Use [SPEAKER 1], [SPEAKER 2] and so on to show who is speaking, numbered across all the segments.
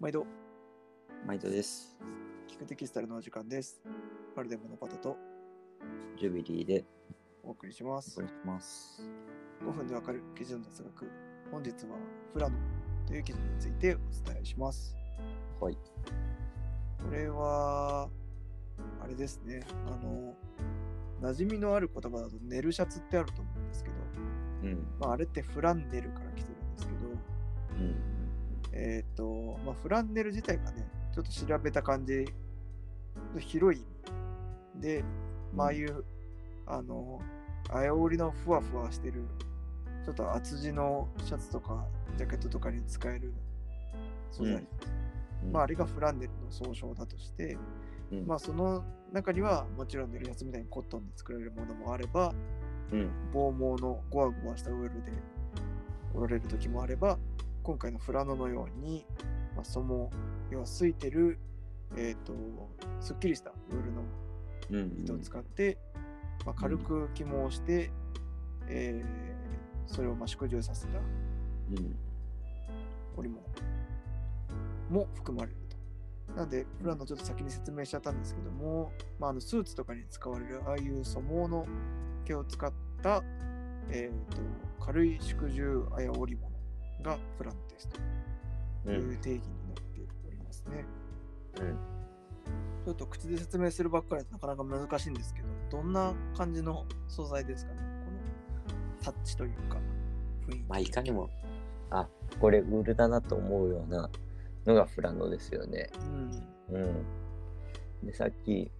[SPEAKER 1] 毎度、
[SPEAKER 2] 毎度です。
[SPEAKER 1] 聞くテキスタルのお時間です。パルデムのパトと
[SPEAKER 2] ジュビリーで
[SPEAKER 1] お送りしま
[SPEAKER 2] お
[SPEAKER 1] す
[SPEAKER 2] 願。いします。
[SPEAKER 1] 5分でわかる記事の雑学、本日はフラノという記事についてお伝えします。
[SPEAKER 2] はい。
[SPEAKER 1] これは、あれですね、あの、馴染みのある言葉だと、寝るシャツってあると思うんですけど、
[SPEAKER 2] うん。
[SPEAKER 1] まあ、あれってフランネルから来てるんですけど、
[SPEAKER 2] うん。
[SPEAKER 1] えっ、と、まあ、フランネル自体がね、ちょっと調べた感じ、ちょっと広い意味で、まあああいう、あの、あやおりのふわふわしてる、ちょっと厚地のシャツとか、ジャケットとかに使える素材、
[SPEAKER 2] うん、
[SPEAKER 1] まあ、あれがフランネルの総称だとして、
[SPEAKER 2] うん、
[SPEAKER 1] まあ、その中には、もちろん寝るやつみたいにコットンで作られるものもあれば、
[SPEAKER 2] うん。
[SPEAKER 1] 防毛のゴワゴワしたウールで折られる時もあれば今回のフラノのように、まあ、そも要は空いてる、えー、とすっきりしたウールの
[SPEAKER 2] うん。うん。
[SPEAKER 1] 糸を使って、まあ、軽く肝をして、えーそれをまあ縮充させた
[SPEAKER 2] うん。
[SPEAKER 1] 織物も含まれると。なんでフラノちょっと先に説明しちゃったんですけども、まあ、あのスーツとかに使われるああいう素毛の毛を使った、えー、と軽い縮重あや織物がフラノですと
[SPEAKER 2] う
[SPEAKER 1] い
[SPEAKER 2] ん。
[SPEAKER 1] う定義になっておりますね。
[SPEAKER 2] うん
[SPEAKER 1] ちょっと口で説明するばっかりだとなかなか難しいんですけどどんな感じの素材ですかねこのタッチというか雰囲気。
[SPEAKER 2] まあ、いかにも、あ、これウールだなと思うようなのがフラノですよね。
[SPEAKER 1] うん
[SPEAKER 2] うん。で、さっき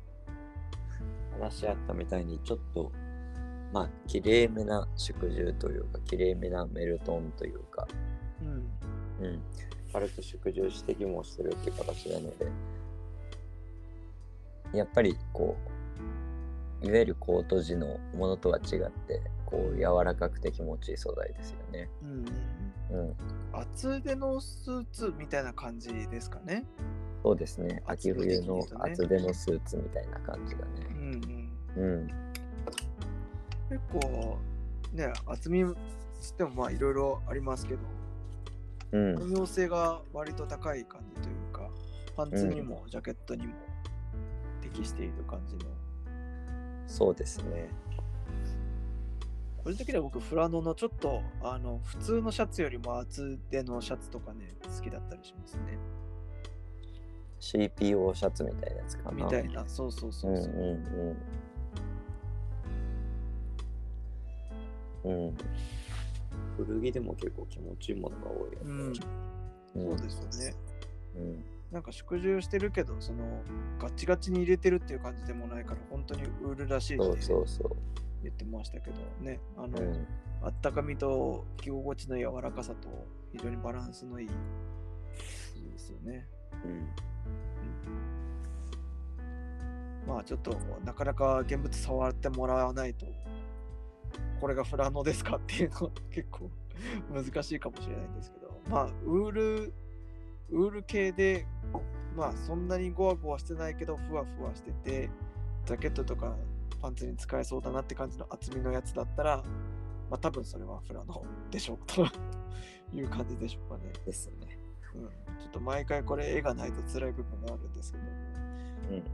[SPEAKER 2] 話し合ったみたいに、ちょっと、まあ、きれいめな縮重というか、きれいめなメルトンというか、
[SPEAKER 1] うん
[SPEAKER 2] うん、軽く縮小して義務をしてるっていう形なのでやっぱりこういわゆるコート地のものとは違ってこう柔らかくて気持ちいい素材ですよね。
[SPEAKER 1] うんうん
[SPEAKER 2] うん、
[SPEAKER 1] 厚手のスーツみたいな感じですかね。
[SPEAKER 2] そうですね
[SPEAKER 1] 厚
[SPEAKER 2] 秋
[SPEAKER 1] 手的
[SPEAKER 2] 冬
[SPEAKER 1] に言
[SPEAKER 2] の
[SPEAKER 1] うとね
[SPEAKER 2] 厚手のスーツみたいな感じだ
[SPEAKER 1] う
[SPEAKER 2] ね。
[SPEAKER 1] んうん、
[SPEAKER 2] うん、
[SPEAKER 1] 結構ね厚みつってもまあいろいろありますけど
[SPEAKER 2] うん、
[SPEAKER 1] 汎用性が割と高い感じというかパンツにもジャケットにも適している感じの、
[SPEAKER 2] そうですね。
[SPEAKER 1] 個人的には僕フラノのちょっとあの普通のシャツよりも厚手のシャツとかね好きだったりしますね
[SPEAKER 2] CPO シャツみたいなやつか
[SPEAKER 1] み
[SPEAKER 2] な。
[SPEAKER 1] たいなそうそうそうそう、
[SPEAKER 2] んうんうん。うん。古着でも結構気持ちいいものが多いよ
[SPEAKER 1] うん、
[SPEAKER 2] ね。
[SPEAKER 1] そうですよね。
[SPEAKER 2] うん。
[SPEAKER 1] なんか縮小してるけどそのガチガチに入れてるっていう感じでもないから本当にウールらしいっ
[SPEAKER 2] そう
[SPEAKER 1] て
[SPEAKER 2] そうそ
[SPEAKER 1] 言ってましたけどねあの、
[SPEAKER 2] う。うん。
[SPEAKER 1] あったかみと着心地の柔らかさと非常にバランスのいい生地ですよね
[SPEAKER 2] うん。
[SPEAKER 1] まあちょっとなかなか現物触ってもらわないとこれがフラノですかっていうのは 結構難しいかもしれないんですけどまあウールウール系でまあそんなにゴワゴワしてないけどふわふわしててジャケットとかパンツに使えそうだなって感じの厚みのやつだったらまあ多分それはフラノでしょうという感じでしょうかね、
[SPEAKER 2] ですね。
[SPEAKER 1] うん、ちょっと毎回これ絵がないと辛い部分があるんですけど
[SPEAKER 2] うん。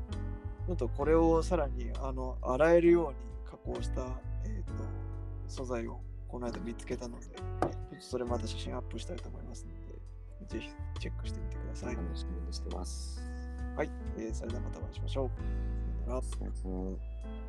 [SPEAKER 1] あとこれをさらにあの洗えるように加工した、えー、と素材をこの間見つけたので、ちょっとそれまた写真アップしたいと思いますので、ぜひチェックしてみてください。
[SPEAKER 2] 楽しみにしてます。
[SPEAKER 1] はい、えーそれではまたお会いしましょう。さよなら。
[SPEAKER 2] さよなら